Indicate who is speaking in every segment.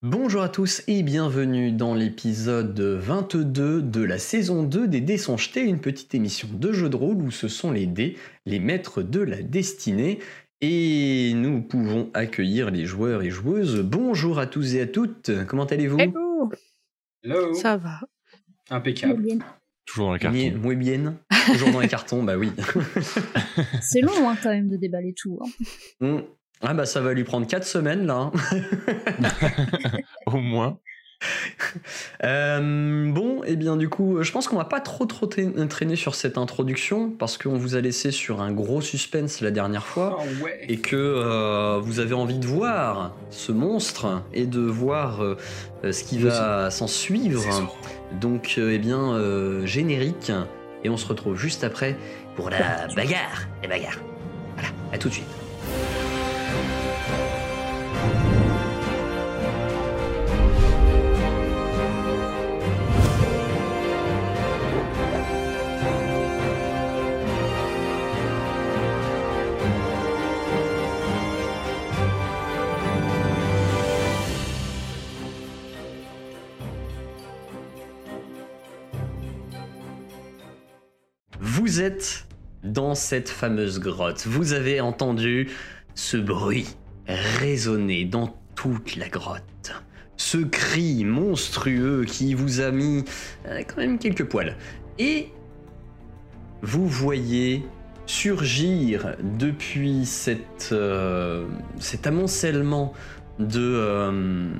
Speaker 1: Bonjour à tous et bienvenue dans l'épisode 22 de la saison 2 des Dés sont jetés, une petite émission de jeu de rôle où ce sont les dés, les maîtres de la destinée. Et nous pouvons accueillir les joueurs et joueuses. Bonjour à tous et à toutes, comment allez-vous
Speaker 2: Hello
Speaker 3: Hello.
Speaker 2: Ça va.
Speaker 3: Impeccable.
Speaker 4: Toujours dans les
Speaker 1: Ni-
Speaker 4: cartons.
Speaker 1: Muy bien. Toujours dans les cartons, bah oui.
Speaker 5: C'est long hein, quand même de déballer tout. hein.
Speaker 1: Mm. Ah bah ça va lui prendre 4 semaines là. hein.
Speaker 4: Au moins.
Speaker 1: Euh, bon, et bien du coup, euh, je pense qu'on va pas trop trop tra- traîner sur cette introduction parce qu'on vous a laissé sur un gros suspense la dernière
Speaker 2: Oh,
Speaker 1: fois
Speaker 3: Ah ouais.
Speaker 1: et que euh, vous avez envie de voir ce monstre et de voir euh, euh, ce qui va s'en suivre. Donc, euh, eh bien, euh, générique et on se retrouve juste après pour la bagarre, les bagarres. Voilà, à tout de suite. Vous êtes dans cette fameuse grotte. Vous avez entendu ce bruit résonner dans toute la grotte. Ce cri monstrueux qui vous a mis euh, quand même quelques poils. Et vous voyez surgir depuis cette, euh, cet amoncellement de, euh,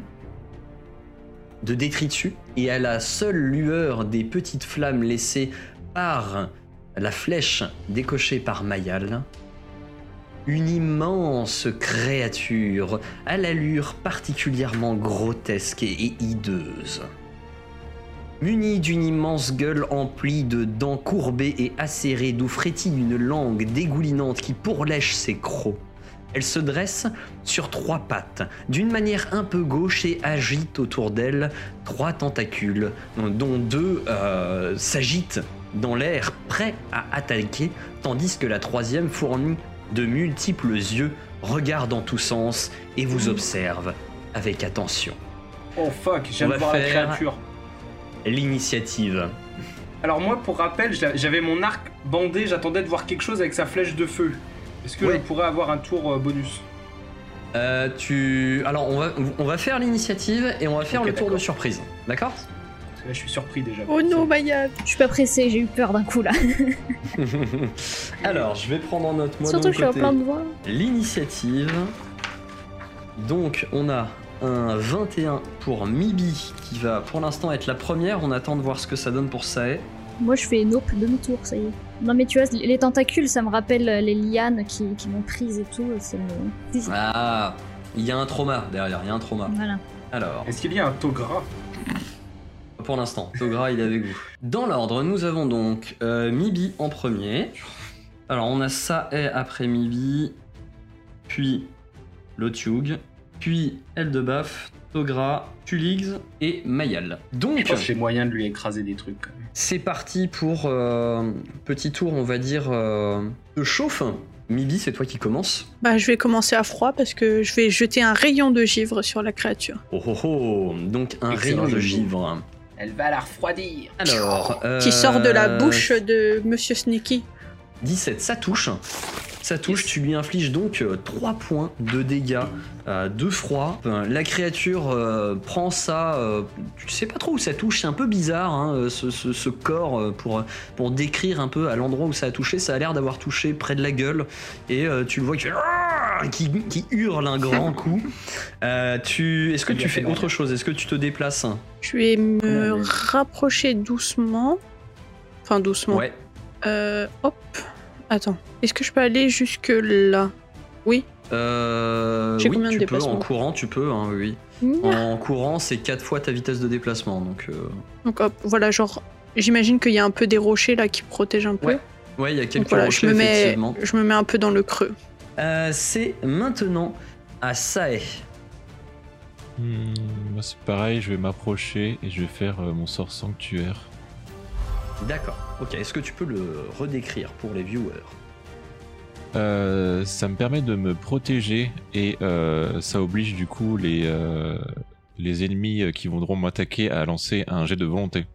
Speaker 1: de détritus et à la seule lueur des petites flammes laissées par la flèche décochée par Mayal, une immense créature à l'allure particulièrement grotesque et hideuse. Munie d'une immense gueule emplie de dents courbées et acérées d'où frétille une langue dégoulinante qui pourlèche ses crocs. Elle se dresse sur trois pattes, d'une manière un peu gauche et agite autour d'elle trois tentacules, dont deux euh, s'agitent dans l'air, prêt à attaquer, tandis que la troisième fournit de multiples yeux, regarde en tous sens et vous
Speaker 5: Mmh.
Speaker 1: observe avec attention.
Speaker 3: Oh fuck, j'aime
Speaker 1: va
Speaker 3: voir la
Speaker 1: faire-
Speaker 3: créature.
Speaker 1: L'initiative.
Speaker 3: Alors moi, pour rappel, j'a- j'avais mon arc bandé, j'attendais de voir quelque chose avec sa flèche de feu. Est-ce que
Speaker 1: Ouais.
Speaker 3: je pourrais avoir un tour euh, bonus
Speaker 1: Euh, tu... Alors, on va, on va faire l'initiative et on va faire
Speaker 3: Ok,
Speaker 1: le tour de
Speaker 3: d'accord.
Speaker 1: surprise. D'accord
Speaker 3: Parce que là, je suis surpris déjà.
Speaker 2: Oh non, Maya
Speaker 5: Je suis pas pressée, j'ai eu peur d'un coup là.
Speaker 1: Alors, je vais prendre en note moi de
Speaker 5: Surtout
Speaker 1: mon
Speaker 5: que je suis en
Speaker 1: côté,
Speaker 5: plein de voix.
Speaker 1: l'initiative. Donc, on a un 21 pour Mibi qui va pour l'instant être la première. On attend de voir ce que ça donne pour Sae.
Speaker 5: Moi je fais nope, demi-tour, ça y est. Non mais tu vois, les tentacules ça me rappelle euh, les lianes qui, qui m'ont prise et tout. et ça me-
Speaker 1: Ah, il y a un trauma derrière, il y a un trauma.
Speaker 5: Voilà.
Speaker 1: Alors,
Speaker 3: Est-ce qu'il y a un taux gras
Speaker 1: pour l'instant, Togra, il est avec vous. Dans l'ordre, nous avons donc euh, Mibi en premier. Alors, on a Sae après Mibi, puis Lotiug, puis Eldebaf, Togra, Tulix et Mayal. Donc,
Speaker 3: Je J'ai moyen de lui écraser des trucs. quand même.
Speaker 1: c'est parti pour euh, petit tour, on va dire, euh, de chauffe. Mibi, c'est toi qui commences.
Speaker 2: Bah, je vais commencer à froid parce que je vais jeter un rayon de givre sur la créature.
Speaker 1: Oh oh oh Donc, un
Speaker 3: Excellent
Speaker 1: rayon de
Speaker 3: jeu.
Speaker 1: givre.
Speaker 3: Elle va la refroidir.
Speaker 1: Alors,
Speaker 2: Qui sort de la
Speaker 1: euh,
Speaker 2: bouche de Monsieur Sneaky.
Speaker 1: 17, ça touche. Ça touche, tu lui infliges donc 3 points de dégâts euh, de froid. Euh, La créature euh, prend ça, euh, tu sais pas trop où ça touche, c'est un peu bizarre hein, euh, ce, ce- ce corps euh, pour, pour décrire un peu à l'endroit où ça a touché. Ça a l'air d'avoir touché près de la gueule et euh, tu le vois qui, qui, qui hurle un grand coup. Euh, tu, Est-ce que
Speaker 3: Il y
Speaker 1: tu
Speaker 3: a
Speaker 1: fais
Speaker 3: tellement
Speaker 1: autre
Speaker 3: rien.
Speaker 1: chose Est-ce que tu te déplaces
Speaker 2: Je vais
Speaker 1: Oh,
Speaker 2: me
Speaker 3: Comment elle est
Speaker 2: rapprocher doucement. Enfin, doucement.
Speaker 1: Ouais.
Speaker 2: Euh, hop. Attends. Est-ce que je peux aller jusque là Oui.
Speaker 1: Euh,
Speaker 2: J'ai
Speaker 1: oui,
Speaker 2: combien de
Speaker 1: tu peux, en
Speaker 2: déplacements
Speaker 1: courant, tu peux, hein, oui. En courant, c'est 4 fois ta vitesse de déplacement. Donc, euh,
Speaker 2: Donc hop, voilà, genre. J'imagine qu'il y a un peu des rochers là qui protègent un peu.
Speaker 1: Ouais, ouais, il y a quelques
Speaker 2: Donc voilà,
Speaker 1: rochers,
Speaker 2: je me mets,
Speaker 1: effectivement.
Speaker 2: je me mets un peu dans le creux.
Speaker 1: Euh, c'est maintenant à Sae.
Speaker 4: Hmm, moi, c'est pareil, je vais m'approcher et je vais faire euh, mon sort sanctuaire.
Speaker 1: D'accord. Ok, est-ce que tu peux le redécrire pour les viewers
Speaker 4: Euh, ça me permet de me protéger et euh, ça oblige du coup les, euh, les ennemis euh, qui voudront m'attaquer à lancer un jet de volonté.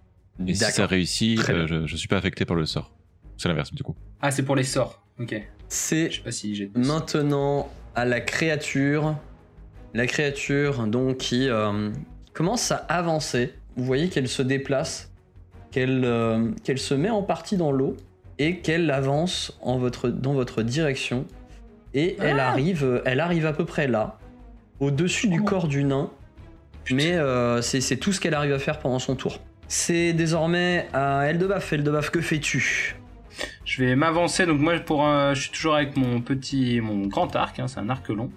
Speaker 4: Et si ça
Speaker 1: D'accord.
Speaker 4: réussit,
Speaker 1: Très
Speaker 4: euh, je, je suis pas affecté par le sort. C'est l'inverse du coup.
Speaker 3: Ah, c'est pour les sorts. Ok.
Speaker 1: C'est
Speaker 3: Je sais pas si j'ai.
Speaker 1: maintenant à la créature. La créature donc qui euh, commence à avancer. Vous voyez qu'elle se déplace, qu'elle euh, qu'elle se met en partie dans l'eau et qu'elle avance en votre, dans votre direction. Et elle, arrive, euh, elle arrive à peu près là, au-dessus du corps du nain. Mais euh, c'est c'est tout ce qu'elle arrive à faire pendant son tour. C'est désormais à Eldebaf. Eldebaf, que fais-tu
Speaker 3: Je vais m'avancer. Donc moi, pour, euh, je suis toujours avec mon petit, mon grand arc. hein, c'est un arc long.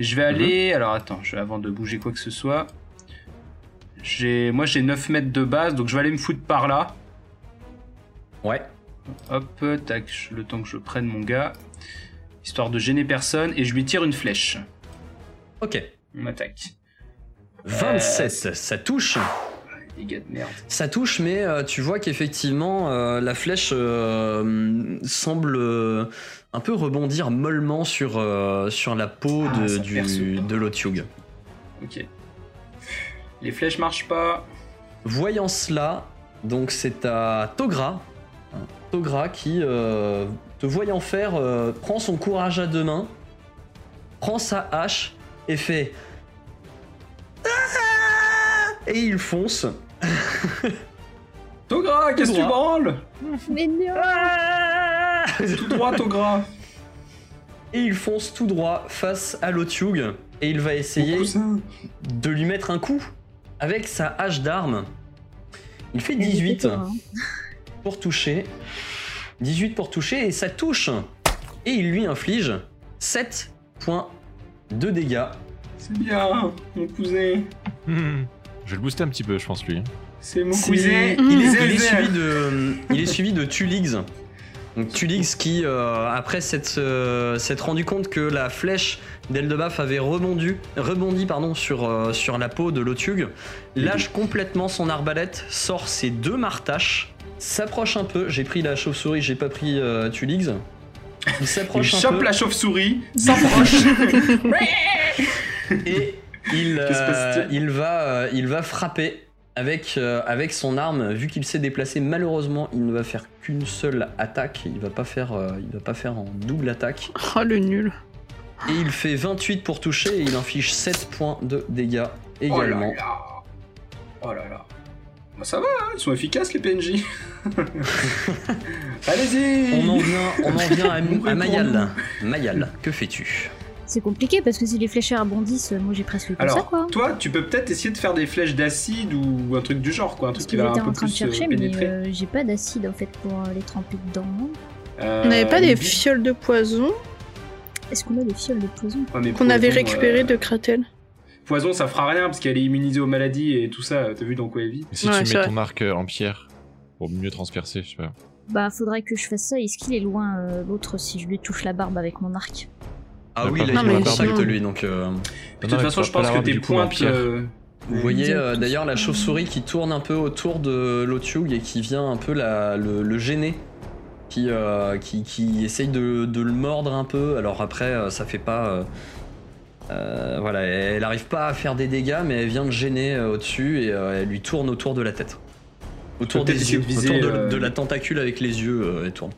Speaker 3: Je vais aller. Alors attends, je vais avant de bouger quoi que ce soit. J'ai, moi, j'ai 9 mètres de base, donc je vais aller me foutre par là.
Speaker 1: Ouais.
Speaker 3: Hop, tac, je- le temps que je prenne mon gars, histoire de gêner personne, et je lui tire une flèche.
Speaker 1: Ok.
Speaker 3: On attaque.
Speaker 1: 27, ça touche.
Speaker 3: Les gars de merde.
Speaker 1: Ça touche, mais euh, tu vois qu'effectivement, euh, la flèche euh, semble euh, un peu rebondir mollement sur, euh, sur la peau
Speaker 3: Ah,
Speaker 1: de,
Speaker 3: ça perce
Speaker 1: du,
Speaker 3: pas.
Speaker 1: de l'Otiug.
Speaker 3: Ok. Les flèches marchent pas.
Speaker 1: Voyant cela, donc c'est à Togra, hein, Togra qui, euh, te voyant faire, euh, prend son courage à deux mains, prend sa hache et fait. Ah Et il fonce.
Speaker 3: Togra, qu'est-ce que tu
Speaker 1: droit.
Speaker 3: branles
Speaker 5: Mais non
Speaker 1: Ah
Speaker 3: Tout droit, Togra.
Speaker 1: Et il fonce tout droit face à l'Otiug et il va essayer
Speaker 3: Mon cousin.
Speaker 1: de lui mettre un coup avec sa hache d'arme. Il fait 18
Speaker 5: hein.
Speaker 1: pour toucher. 18 pour toucher et ça touche. Et il lui inflige 7 points de dégâts.
Speaker 3: C'est bien, mon cousin.
Speaker 4: Je vais le booster un petit peu, je pense, lui. hein.
Speaker 3: C'est mon
Speaker 1: C'est-
Speaker 3: cousin.
Speaker 5: Mhm.
Speaker 1: Il est, il est
Speaker 3: Zézé.
Speaker 1: suivi de, il est suivi de Tulix. Donc Tulix qui, euh, après s'être euh, s'être rendu compte que la flèche d'Eldebaf avait rebondi, rebondi pardon, sur, euh, sur la peau de Lotug, lâche complètement son arbalète, sort ses deux martaches, s'approche un peu. J'ai pris la chauve-souris, j'ai pas pris euh, Tulix. Il
Speaker 3: Il
Speaker 1: s'approche un
Speaker 3: chope
Speaker 1: peu
Speaker 3: la chauve-souris, s'approche.
Speaker 1: et il,
Speaker 3: Que se
Speaker 1: euh,
Speaker 3: passe-t-il
Speaker 1: il va, euh, il va frapper avec, euh, avec son arme. Vu qu'il s'est déplacé, malheureusement, il ne va faire qu'une seule attaque. Il va pas faire, euh, il va pas faire en double attaque.
Speaker 2: Oh le nul.
Speaker 1: Euh, Et il fait 28 pour toucher et il inflige 7 points de dégâts
Speaker 3: oh là
Speaker 1: également.
Speaker 3: là. Oh là là. Bah, ça va, hein, ils sont efficaces les PNJ. Allez-y.
Speaker 1: on en vient, on en vient à,
Speaker 3: Mourrez
Speaker 1: à
Speaker 3: pour
Speaker 1: Mayal. Mayal, que fais-tu
Speaker 5: C'est compliqué parce que si les fléchés rebondissent, euh, moi j'ai presque eu comme ça
Speaker 3: Alors,
Speaker 5: quoi.
Speaker 3: toi, tu peux peut-être essayer de faire des flèches d'acide ou un truc du genre, quoi, un
Speaker 5: Parce
Speaker 3: truc
Speaker 5: que
Speaker 3: qui va
Speaker 5: j'étais
Speaker 3: un peu
Speaker 5: en train de
Speaker 3: plus euh,
Speaker 5: chercher, mais
Speaker 3: pénétrer.
Speaker 5: euh, j'ai pas d'acide en fait pour euh, les tremper dedans.
Speaker 3: Euh,
Speaker 2: On n'avait pas
Speaker 3: une
Speaker 2: des
Speaker 3: bi-
Speaker 2: fioles de poison
Speaker 5: Est-ce qu'on a des fioles de poison
Speaker 3: Ouais, mais
Speaker 2: qu'on avait
Speaker 3: poison,
Speaker 2: récupérées
Speaker 3: euh,
Speaker 2: de Kratel
Speaker 3: Poison, ça fera rien parce qu'elle est immunisée aux maladies et tout ça. euh, T'as vu dans quoi elle vit
Speaker 4: Et si
Speaker 2: Ouais,
Speaker 4: tu
Speaker 2: c'est
Speaker 4: mets
Speaker 2: vrai.
Speaker 4: ton arc euh, en pierre pour mieux transpercer, je sais pas.
Speaker 5: Bah faudrait que je fasse ça. Est-ce qu'il est loin euh, l'autre si je lui touche la barbe avec mon arc
Speaker 1: Ah
Speaker 4: Il a
Speaker 1: oui,
Speaker 4: pas
Speaker 1: il
Speaker 4: pris
Speaker 1: a
Speaker 2: la
Speaker 1: eu
Speaker 2: barbe.
Speaker 1: contact
Speaker 2: Non.
Speaker 1: lui, donc. euh,
Speaker 3: De
Speaker 4: Non,
Speaker 3: toute
Speaker 4: mais
Speaker 3: façon,
Speaker 4: tu
Speaker 3: je
Speaker 4: vas
Speaker 3: pense
Speaker 4: pas
Speaker 3: que
Speaker 4: l'avoir,
Speaker 3: tes
Speaker 4: du coup, en
Speaker 3: pointes.
Speaker 4: pierre.
Speaker 3: euh,
Speaker 1: Vous voyez
Speaker 5: Bien.
Speaker 1: euh, d'ailleurs la chauve-souris qui tourne un peu autour de l'Otiug et qui vient un peu la- le, le gêner, qui, euh, qui, qui essaye de, de le mordre un peu. Alors après, euh, ça fait pas. euh, euh, voilà, elle arrive pas à faire des dégâts, mais elle vient le gêner euh, au-dessus et euh, elle lui tourne autour de la tête. Autour
Speaker 3: peut-être
Speaker 1: des
Speaker 3: essayer
Speaker 1: yeux,
Speaker 3: de viser,
Speaker 1: autour de,
Speaker 3: euh,
Speaker 1: de la tentacule avec les yeux, euh, elle tourne.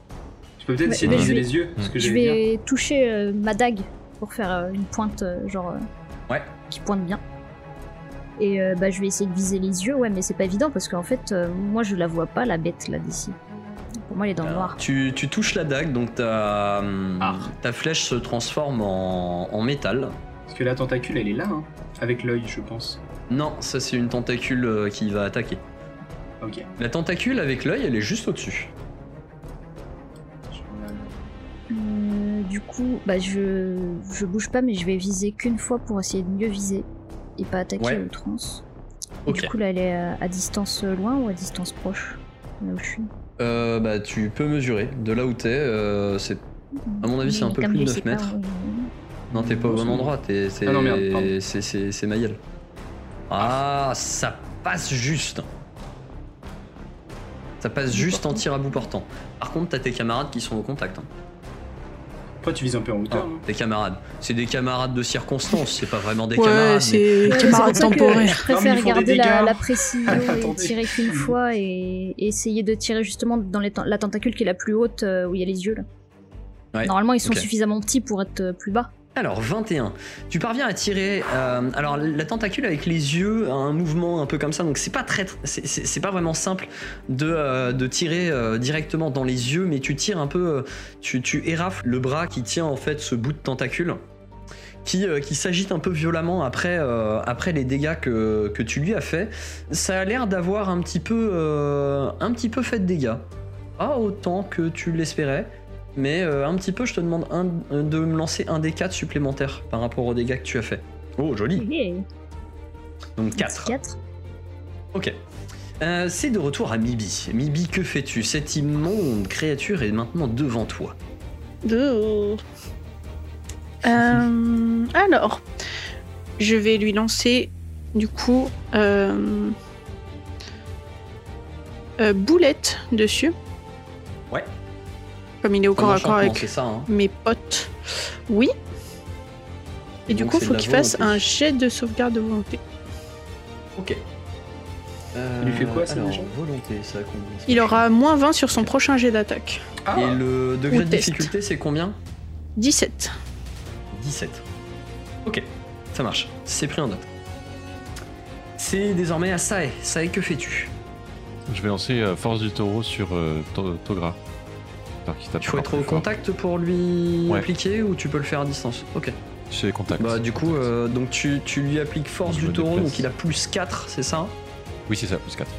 Speaker 3: Tu peux peut-être
Speaker 5: Ouais,
Speaker 3: essayer de
Speaker 4: bah,
Speaker 3: viser
Speaker 5: je vais-
Speaker 3: les yeux, ce que
Speaker 5: Je
Speaker 3: j'allais dire.
Speaker 5: vais toucher euh, ma dague pour faire euh, une pointe euh, genre euh,
Speaker 1: Ouais.
Speaker 5: qui pointe bien. Et euh, bah je vais essayer de viser les yeux. Ouais, mais c'est pas évident parce qu'en fait euh, moi je la vois pas la bête là d'ici. Pour moi elle est dans le
Speaker 1: Alors,
Speaker 5: noir.
Speaker 1: tu, tu touches la dague, donc ta, hum,
Speaker 3: Ah.
Speaker 1: ta flèche se transforme en, en métal.
Speaker 3: Parce que la tentacule, elle est là, hein, avec l'œil, je pense.
Speaker 1: Non, ça c'est une tentacule euh, qui va attaquer.
Speaker 3: Ok.
Speaker 1: La tentacule avec l'œil, elle est juste au-dessus.
Speaker 3: Je-
Speaker 5: Euh, du coup, bah je, je bouge pas, mais je vais viser qu'une fois pour essayer de mieux viser et pas attaquer
Speaker 1: Ouais.
Speaker 5: à outrance. Et
Speaker 1: Ok.
Speaker 5: Du coup, là, elle est à, à distance euh, loin ou à distance proche Là où je suis.
Speaker 1: Euh, bah, tu peux mesurer. De là où t'es, euh, c'est. À mon avis, c'est un
Speaker 5: Mais
Speaker 1: peu
Speaker 5: comme
Speaker 1: plus de
Speaker 5: je sais
Speaker 1: 9 mètres.
Speaker 5: pas où-
Speaker 1: Non, t'es pas au
Speaker 3: Non,
Speaker 1: bon
Speaker 3: c'est-
Speaker 1: endroit. T'es, c'est,
Speaker 3: Ah non, merde, pardon.
Speaker 1: c'est, c'est, c'est Mayel. Ah, ça passe juste. Ça passe juste en tir à bout portant. Par contre, t'as tes camarades qui sont au contact. hein.
Speaker 3: Toi, tu vises un peu en hauteur. non
Speaker 1: Des camarades. C'est des camarades de circonstance, c'est pas vraiment des
Speaker 2: Ouais,
Speaker 1: camarades. mais-
Speaker 2: c'est
Speaker 5: Ouais,
Speaker 2: camarade
Speaker 5: c'est pour ça que
Speaker 2: temporaire.
Speaker 5: Je
Speaker 3: Non, mais
Speaker 5: préfère
Speaker 3: ils font des
Speaker 5: garder la,
Speaker 3: dégâts.
Speaker 5: la précision et
Speaker 3: Attendez.
Speaker 5: tirer qu'une fois et, et essayer de tirer justement dans les ten- la tentacule qui est la plus haute euh, où il y a les yeux. Là.
Speaker 1: Ouais,
Speaker 5: Normalement, ils sont
Speaker 1: ok.
Speaker 5: suffisamment petits pour être euh, plus bas.
Speaker 1: Alors, 21. Tu parviens à tirer. euh, alors, la tentacule avec les yeux a un mouvement un peu comme ça, donc c'est pas très. C'est c'est- c'est pas vraiment simple de, euh, de tirer euh, directement dans les yeux, mais tu tires un peu. euh, tu, tu érafles le bras qui tient en fait ce bout de tentacule. Qui, euh, qui s'agite un peu violemment après, euh, après les dégâts que, que tu lui as fait. Ça a l'air d'avoir un petit peu euh, un petit peu fait de dégâts. Pas autant que tu l'espérais. Mais euh, un petit peu, je te demande un- euh, de me lancer un des 4 supplémentaires par rapport aux dégâts que tu as fait. Oh, joli.
Speaker 5: Yeah.
Speaker 1: Donc 4.
Speaker 5: 4.
Speaker 1: Ok. Euh, c'est de retour à Mibi. Mibi, que fais-tu Cette immonde créature est maintenant devant toi.
Speaker 2: Deux. Euh, alors, je vais lui lancer du coup euh, euh, boulette dessus.
Speaker 1: Ouais.
Speaker 2: Comme il est au corps
Speaker 1: Un
Speaker 2: à corps
Speaker 1: enchantement,
Speaker 2: avec
Speaker 1: C'est ça, hein.
Speaker 2: mes potes. Oui. Et du
Speaker 1: Donc
Speaker 2: coup,
Speaker 1: c'est
Speaker 2: faut
Speaker 1: de la
Speaker 2: qu'il fasse
Speaker 1: volonté.
Speaker 2: un jet de sauvegarde de volonté.
Speaker 1: Ok. Euh,
Speaker 3: lui fait quoi, ça,
Speaker 1: alors,
Speaker 3: déjà
Speaker 1: volonté, ça combien ça
Speaker 2: Il aura moins 20 sur son prochain jet d'attaque.
Speaker 3: Ah,
Speaker 1: Et le degré
Speaker 2: Ou
Speaker 1: de
Speaker 2: test.
Speaker 1: difficulté, c'est combien
Speaker 2: 17.
Speaker 1: 17. Ok, ça marche. C'est pris en note. C'est désormais à Sae. Sae, que fais-tu
Speaker 4: Je vais lancer euh, Force du Taureau sur euh, To- Togra. J'espère qu'il tape
Speaker 1: Tu faut
Speaker 4: encore
Speaker 1: être au
Speaker 4: plus fort.
Speaker 1: contact pour lui
Speaker 4: Ouais.
Speaker 1: appliquer ou tu peux le faire à distance Ok.
Speaker 4: J'ai contact.
Speaker 1: Bah du coup, euh, donc tu, tu lui appliques force
Speaker 4: Je
Speaker 1: du
Speaker 4: me
Speaker 1: taureau,
Speaker 4: déplace.
Speaker 1: donc il a plus 4, c'est ça
Speaker 4: Oui, c'est ça, plus 4.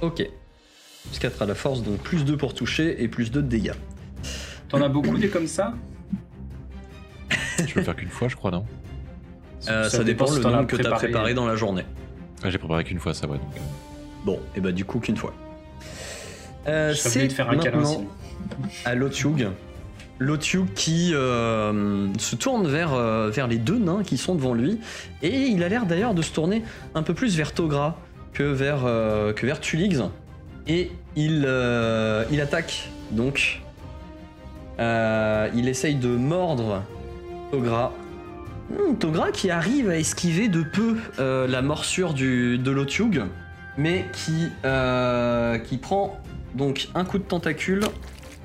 Speaker 1: Ok. Plus 4 à la force, donc plus 2 pour toucher et plus 2 de dégâts.
Speaker 3: T'en as beaucoup des comme ça
Speaker 4: Je peux le faire qu'une fois, je crois, non
Speaker 1: Euh, ça, dépend,
Speaker 3: si
Speaker 1: le
Speaker 3: t'en as
Speaker 1: nombre que t'as préparé dans la journée.
Speaker 4: Ah, J'ai préparé qu'une fois, ça, ouais. Donc, euh,
Speaker 1: Bon, et bah du coup qu'une fois. Euh,
Speaker 3: Je serais obligé
Speaker 1: c'est
Speaker 3: de faire un câlin.
Speaker 1: maintenant
Speaker 3: sinon.
Speaker 1: à Lotiug. Lotiug qui euh, se tourne vers, euh, vers les deux nains qui sont devant lui. Et il a l'air d'ailleurs de se tourner un peu plus vers Togra que vers, euh, que vers Tulix. Et il, euh, il attaque donc. Euh, il essaye de mordre Togra. Hmm, Togra qui arrive à esquiver de peu euh, la morsure du, de Lotiug, mais qui, euh, qui prend donc un coup de tentacule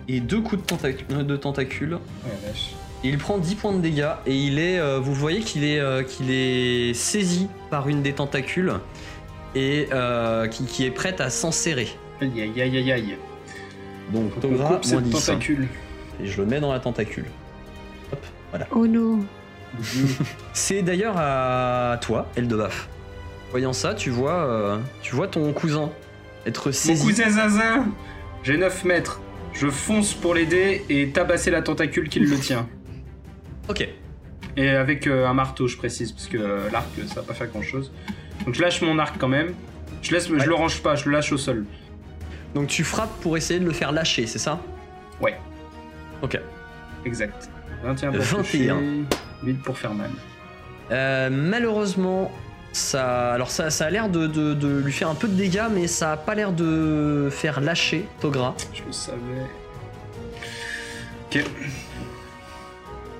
Speaker 1: et deux coups de, tentac- euh, de tentacule.
Speaker 3: Ouais, vache.
Speaker 1: Il prend 10 points de dégâts et il est, euh, vous voyez qu'il est, euh, qu'il est saisi par une des tentacules et euh, qui, qui est prête à s'enserrer.
Speaker 3: Aïe aïe aïe aïe aïe.
Speaker 1: Donc
Speaker 3: Faut qu'on
Speaker 1: Togra,
Speaker 3: coupe
Speaker 1: moins hein.
Speaker 3: cette
Speaker 1: 10.
Speaker 3: tentacule.
Speaker 1: Et je le mets dans la tentacule. Hop, voilà.
Speaker 2: Oh non.
Speaker 1: C'est d'ailleurs à toi, Eldebaf. Voyant ça, tu vois, euh, tu vois ton cousin être
Speaker 3: Mon
Speaker 1: saisi.
Speaker 3: cousin Zazin J'ai 9 mètres. Je fonce pour l'aider et tabasser la tentacule qui le tient.
Speaker 1: Ok.
Speaker 3: Et avec euh, un marteau, je précise, parce que euh, l'arc, euh, ça va pas faire grand chose. Donc je lâche mon arc quand même. Je, laisse,
Speaker 1: Ouais.
Speaker 3: je le range pas, je le lâche au sol.
Speaker 1: Donc tu frappes pour essayer de le faire lâcher, c'est ça
Speaker 3: Ouais.
Speaker 1: Ok.
Speaker 3: Exact. 21 pour
Speaker 1: 21.
Speaker 3: toucher, 8 pour faire mal.
Speaker 1: Euh, malheureusement, ça, alors ça, ça a l'air de, de- de lui faire un peu de dégâts, mais ça a pas l'air de faire lâcher Togra.
Speaker 3: Je le savais.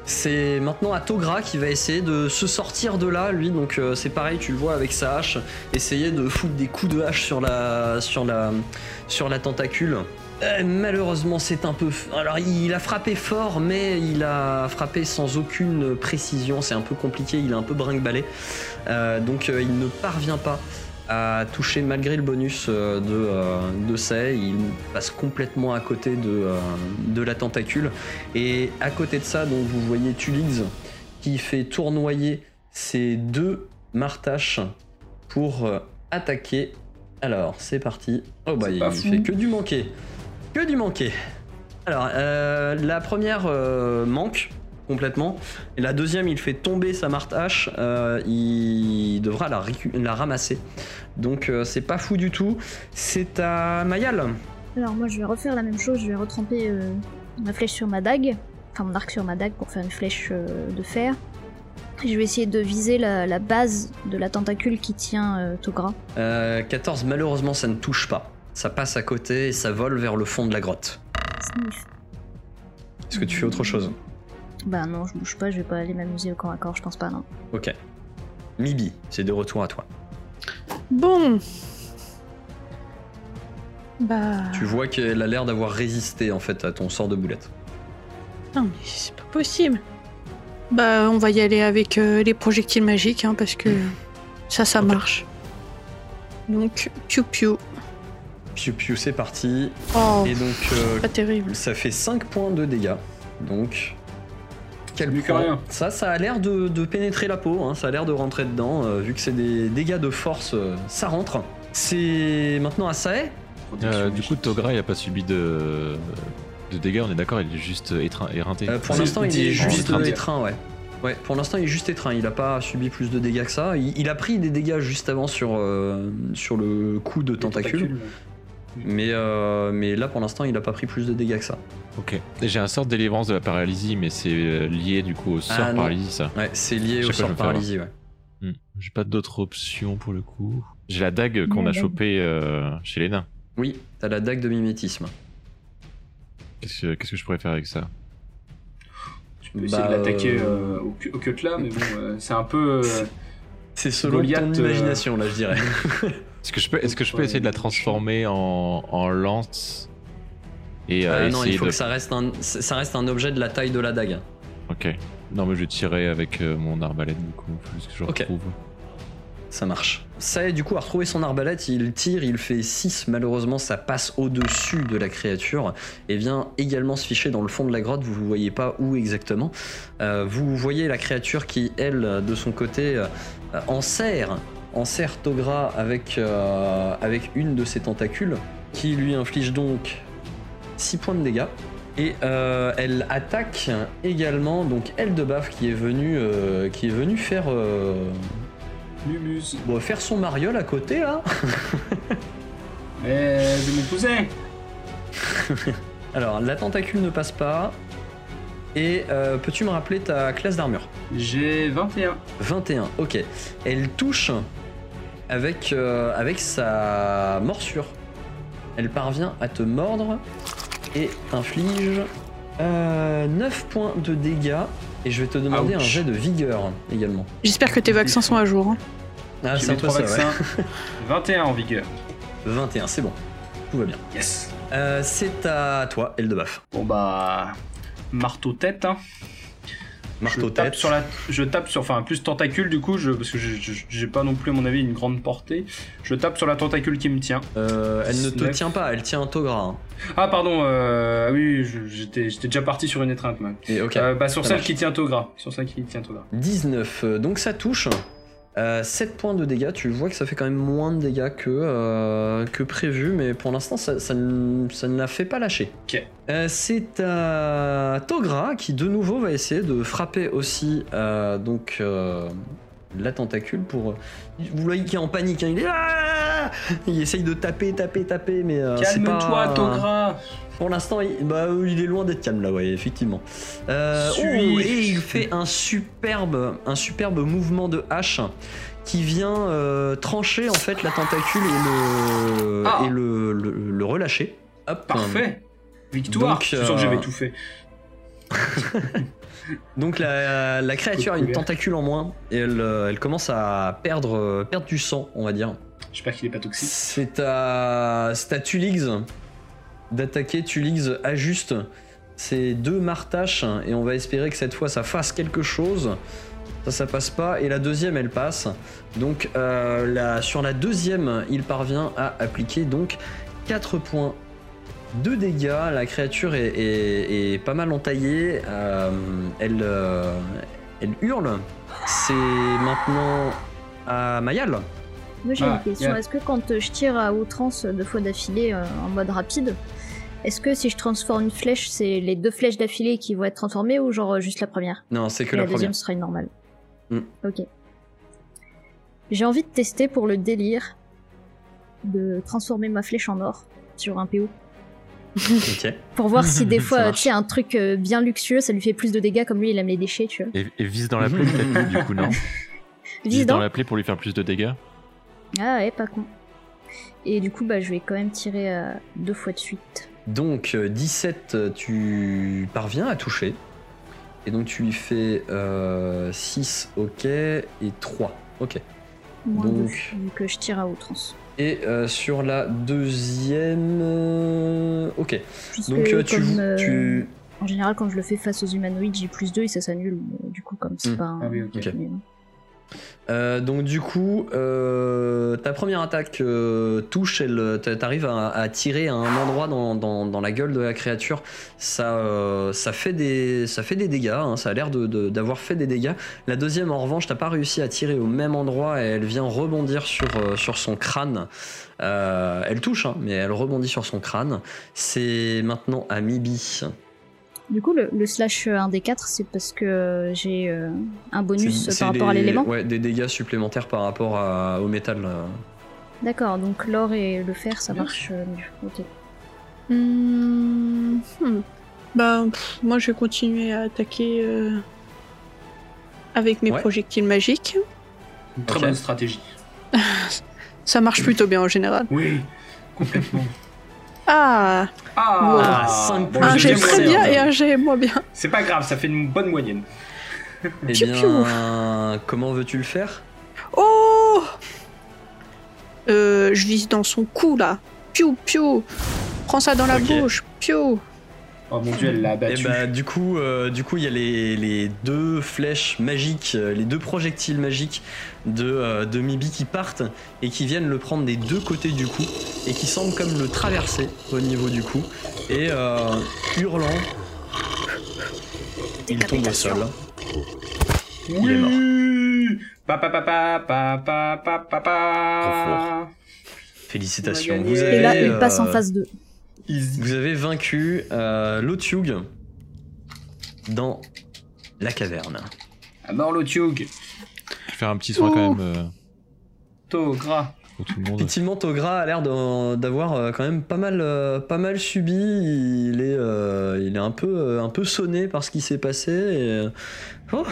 Speaker 1: C'est maintenant à Togra qui va essayer de se sortir de là, lui. Donc euh, c'est pareil, tu le vois avec sa hache, essayer de foutre des coups de hache sur la, sur la, sur la tentacule. Euh, malheureusement, c'est un peu. Alors, il a frappé fort, mais il a frappé sans aucune précision. C'est un peu compliqué. Il est un peu brinque-ballé, Euh, donc euh, il ne parvient pas à toucher malgré le bonus euh, de euh, de Say. Il passe complètement à côté de euh, de la tentacule. Et à côté de ça, donc vous voyez Tulix qui fait tournoyer ses deux martaches pour euh, attaquer. Alors, c'est parti. Oh bah
Speaker 3: C'est
Speaker 1: il
Speaker 3: pas fou.
Speaker 1: fait que du manqué. Que du manqué. Alors, euh, la première euh, manque complètement. Et la deuxième, il fait tomber sa martache. euh, il devra la, récu- la ramasser. Donc, euh, c'est pas fou du tout. C'est à Mayal.
Speaker 5: Alors moi, je vais refaire la même chose. Je vais retremper euh, ma flèche sur ma dague, enfin mon arc sur ma dague pour faire une flèche euh, de fer. Et je vais essayer de viser la, la base de la tentacule qui tient euh, Togra.
Speaker 1: Euh, 14, malheureusement, ça ne touche pas. Ça passe à côté et ça vole vers le fond de la grotte.
Speaker 5: Sniff.
Speaker 1: Est-ce que tu fais autre chose
Speaker 5: Bah non, je bouge pas, je vais pas aller m'amuser au corps à corps, je pense pas, non.
Speaker 1: Ok. Mibi, c'est de retour à toi.
Speaker 2: Bon. Bah.
Speaker 1: Tu vois qu'elle a l'air d'avoir résisté en fait à ton sort de boulette.
Speaker 2: Non, mais c'est pas possible. Bah, on va y aller avec euh, les projectiles magiques, hein, parce que ça, ça
Speaker 1: Ok.
Speaker 2: marche. Donc, piou piou.
Speaker 1: Piu piu, c'est parti.
Speaker 2: Oh,
Speaker 1: Et donc, euh,
Speaker 2: pas terrible.
Speaker 1: ça fait 5 points de dégâts. Donc, quel
Speaker 3: Mieux que rien.
Speaker 1: Ça, ça a l'air de, de pénétrer la peau, hein, ça a l'air de rentrer dedans. euh, vu que c'est des dégâts de force, euh, ça rentre. C'est maintenant à Sae
Speaker 4: Euh, du coup, Togra, il a pas subi de, de dégâts, on est d'accord, il est juste étreint, éreinté.
Speaker 1: Euh, pour
Speaker 3: C'est-
Speaker 1: l'instant, il
Speaker 3: dit
Speaker 1: est juste
Speaker 3: étreint.
Speaker 1: étreint, ouais. Ouais, pour l'instant, il est juste étreint. Il a pas subi plus de dégâts que ça. Il, il a pris des dégâts juste avant sur, euh, sur le coup de tentacule. Mais, euh, mais là, pour l'instant, il a pas pris plus de dégâts que ça.
Speaker 4: Ok. J'ai un sort de délivrance de la paralysie, mais c'est euh, lié du coup au sort
Speaker 1: Ah, non.
Speaker 4: paralysie, ça.
Speaker 1: Ouais, c'est lié
Speaker 4: Je sais
Speaker 1: au
Speaker 4: pas, je
Speaker 1: sort
Speaker 4: vais me faire
Speaker 1: paralysie, ouais.
Speaker 4: Hmm. J'ai pas d'autres options pour le coup. J'ai la dague qu'on
Speaker 5: La
Speaker 4: a
Speaker 5: dague.
Speaker 4: chopée euh, chez les nains.
Speaker 1: Oui, t'as la dague de mimétisme.
Speaker 4: Qu'est-ce que, qu'est-ce que je pourrais faire avec ça
Speaker 3: Tu peux essayer
Speaker 1: Bah,
Speaker 3: de l'attaquer
Speaker 1: euh,
Speaker 3: euh, au, cu- au cut là, mais bon, euh, c'est un peu. euh,
Speaker 1: C'est
Speaker 3: selon Goliath, ton euh, imagination,
Speaker 1: là, je dirais.
Speaker 4: Est-ce que je peux, est-ce que je peux
Speaker 1: Euh,
Speaker 3: Ouais,
Speaker 4: essayer de la
Speaker 3: je-
Speaker 4: transformer en, en lance et euh,
Speaker 1: Ah non, il
Speaker 4: essayer
Speaker 1: faut
Speaker 4: de.
Speaker 1: que ça reste, un, ça reste un objet de la taille de la dague.
Speaker 4: Ok. Non, mais je vais tirer avec euh, mon arbalète du coup. Faut juste que je
Speaker 1: Ok.
Speaker 4: retrouve.
Speaker 1: Ça marche. Ça, du coup, a retrouvé son arbalète, il tire, il fait 6, malheureusement, ça passe au-dessus de la créature, et vient également se ficher dans le fond de la grotte, vous ne voyez pas où exactement. Euh, vous voyez la créature qui, elle, de son côté, euh, enserre, enserre Togra avec, euh, avec une de ses tentacules, qui lui inflige donc 6 points de dégâts. Et euh, elle attaque également, donc elle de baffe qui est venue, euh, qui est venue faire... euh,
Speaker 3: Mumus.
Speaker 1: Bon, faire son mariole à côté là
Speaker 3: Mais de m'épouser
Speaker 1: Alors, la tentacule ne passe pas. Et euh, peux-tu me rappeler ta classe d'armure
Speaker 3: J'ai 21.
Speaker 1: 21, ok. Elle touche avec, euh, avec sa morsure. Elle parvient à te mordre et inflige 9 points de dégâts. Et je vais te demander
Speaker 3: Ouch.
Speaker 1: un jet de vigueur également.
Speaker 2: J'espère que tes vaccins sont à jour. hein.
Speaker 1: Ah,
Speaker 3: J'ai mes trois vaccins. 21 en vigueur.
Speaker 1: 21, c'est bon. Tout va bien.
Speaker 3: Yes.
Speaker 1: Euh, c'est à toi, Eldebaf.
Speaker 3: Bon bah. Marteau tête, hein.
Speaker 1: Marteau
Speaker 3: je tape
Speaker 1: tête.
Speaker 3: sur la je tape sur enfin plus tentacule du coup je, parce que je- je- j'ai pas non plus à mon avis une grande portée je tape sur la tentacule qui me tient
Speaker 1: Euh, elle ne te
Speaker 3: Neuf.
Speaker 1: tient pas, elle tient un togra. hein.
Speaker 3: ah pardon euh, ah oui je- j'étais j'étais déjà parti sur une étreinte moi.
Speaker 1: Et ok.
Speaker 3: Euh, bah sur
Speaker 1: ça
Speaker 3: celle
Speaker 1: marche.
Speaker 3: qui tient au gras sur celle qui tient au gras
Speaker 1: 19, euh, donc ça touche. Euh, 7 points de dégâts, tu vois que ça fait quand même moins de dégâts que, euh, que prévu, mais pour l'instant ça, ça ne ça ne la fait pas lâcher.
Speaker 3: Ok.
Speaker 1: Euh, c'est à Togra qui de nouveau va essayer de frapper aussi euh, donc, euh, la tentacule pour... euh, Vous voyez qu'il est en panique, hein, il est... Ah il essaye de taper, taper, taper, mais... euh, c'est
Speaker 3: calme-toi
Speaker 1: pas-
Speaker 3: Togra
Speaker 1: pour l'instant, il, bah, euh, il est loin d'être calme là, ouais, effectivement. Euh,
Speaker 3: Suis-
Speaker 1: oh, et il fait un superbe, un superbe mouvement de hache qui vient euh, trancher en fait la tentacule et le,
Speaker 3: Ah.
Speaker 1: et le, le- le relâcher. Hop.
Speaker 3: parfait victoire
Speaker 1: Donc,
Speaker 3: je suis sûr
Speaker 1: euh,
Speaker 3: que j'avais tout fait
Speaker 1: Donc la, la créature a une
Speaker 3: Couvert.
Speaker 1: tentacule en moins et elle, euh, elle commence à perdre, euh, perdre du sang, on va dire.
Speaker 3: j'espère qu'il est pas toxique
Speaker 1: C'est à, c'est à Tulix d'attaquer. Tulix ajuste ses deux martaches et on va espérer que cette fois ça fasse quelque chose. Ça, ça passe pas. Et la deuxième, elle passe. Donc euh, la- sur la deuxième, il parvient à appliquer donc 4 points de dégâts. La créature est, est- est pas mal entaillée. Euh, elle, euh, elle hurle. C'est maintenant à Mayal.
Speaker 5: Moi j'ai
Speaker 3: Ah,
Speaker 5: une question,
Speaker 3: yeah.
Speaker 5: est-ce que quand euh, je tire à outrance euh, deux fois d'affilée euh, en mode rapide, est-ce que si je transforme une flèche, c'est les deux flèches d'affilée qui vont être transformées ou genre euh, juste la première
Speaker 1: Non, c'est que
Speaker 5: Et
Speaker 1: la,
Speaker 5: la,
Speaker 1: première.
Speaker 5: deuxième sera une normale.
Speaker 1: Hmm.
Speaker 5: Ok. J'ai envie de tester pour le délire de transformer ma flèche en or sur un PO.
Speaker 1: Ok.
Speaker 5: Pour voir si des
Speaker 4: Ça
Speaker 5: fois,
Speaker 4: marche.
Speaker 5: tu sais, un truc euh, bien luxueux, ça lui fait plus de dégâts, comme lui il aime les déchets, tu vois.
Speaker 4: Et, et vise dans la plaie, peut-être, du coup, non
Speaker 5: Vise
Speaker 4: dans
Speaker 5: dans
Speaker 4: la plaie pour lui faire plus de dégâts
Speaker 5: Ah ouais, pas con. Et du coup, bah, je vais quand même tirer euh, deux fois de suite.
Speaker 1: Donc euh, 17, euh, tu parviens à toucher. Et donc tu lui fais 6, ok, et 3, ok.
Speaker 5: Moins
Speaker 1: Donc-
Speaker 5: deux, vu que je tire à outrance.
Speaker 1: Et euh, sur la deuxième... euh, Ok.
Speaker 5: Puisque
Speaker 1: Donc euh, tu,
Speaker 5: comme,
Speaker 1: vou-
Speaker 5: euh,
Speaker 1: tu...
Speaker 5: En général, quand je le fais face aux humanoïdes, j'ai plus 2 et ça s'annule. mais Du coup, comme c'est
Speaker 1: Hmm.
Speaker 5: pas un...
Speaker 3: Ah oui, ok.
Speaker 1: Ok.
Speaker 5: mais-
Speaker 1: Euh, donc du coup, euh, ta première attaque euh, touche, elle, t'a- t'arrives à, à tirer à un endroit dans, dans- dans la gueule de la créature. Ça, euh, ça, fait, des, ça fait des dégâts, hein, ça a l'air de- de- d'avoir fait des dégâts. La deuxième, en revanche, t'as pas réussi à tirer au même endroit et elle vient rebondir sur, euh, sur son crâne. Euh, elle touche, hein, mais elle rebondit sur son crâne. C'est maintenant à Mibi.
Speaker 5: Du coup, le, le slash euh, 1d4, c'est parce que euh, j'ai euh, un bonus
Speaker 1: C'est- c'est
Speaker 5: par rapport à
Speaker 1: des-
Speaker 5: l'élément.
Speaker 1: Ouais, des dégâts supplémentaires par rapport à- au métal. euh.
Speaker 5: D'accord, donc l'or et le fer, ça marche euh, mieux. Ok.
Speaker 2: Hmm, hmm. Bah, pff, moi je vais continuer à attaquer euh, avec mes
Speaker 1: Ouais.
Speaker 2: projectiles magiques.
Speaker 3: Une très
Speaker 1: Ok.
Speaker 3: bonne stratégie.
Speaker 2: Ça marche plutôt bien en général.
Speaker 3: Oui, complètement.
Speaker 2: Ah,
Speaker 3: Ah,
Speaker 1: Ah, cinq
Speaker 3: bon,
Speaker 1: points.
Speaker 2: un
Speaker 3: le
Speaker 1: j'ai hein.
Speaker 2: j'ai
Speaker 3: deuxième
Speaker 2: très
Speaker 3: concert.
Speaker 2: bien et un j'ai moins bien.
Speaker 3: C'est pas grave, ça fait une bonne moyenne.
Speaker 1: Eh
Speaker 2: Piou, piou.
Speaker 1: bien, comment veux-tu le faire
Speaker 2: Oh Euh, Je vise dans son cou là. Piou, piou. Prends ça dans la
Speaker 1: Ok.
Speaker 2: bouche. Piou.
Speaker 3: Oh mon dieu, elle l'a
Speaker 1: Eh
Speaker 3: abattu.
Speaker 1: ben, du coup, euh, du coup, il y a les, les deux flèches magiques, euh, les deux projectiles magiques de, euh, de Mibi qui partent et qui viennent le prendre des deux côtés du cou et qui semblent comme le traverser au niveau du cou et euh, hurlant, il tombe au sol. il est
Speaker 3: Oui Pa, pa, pa, pa, pa, pa, pa, pa, pa.
Speaker 1: Félicitations,
Speaker 3: On a gagné.
Speaker 1: vous avez,
Speaker 5: Et là, il passe en
Speaker 1: euh,
Speaker 5: phase 2.
Speaker 1: Vous avez vaincu euh, Lotiug dans la caverne.
Speaker 3: À mort l'otiug.
Speaker 4: Je vais faire un petit soin quand même euh,
Speaker 3: To, gras.
Speaker 4: pour tout le monde.
Speaker 1: Effectivement, Togra a l'air d'en- d'avoir euh, quand même pas mal, euh, pas mal subi. Il est, euh, il est un peu, euh, un peu sonné par ce qui s'est passé. Et... Oh.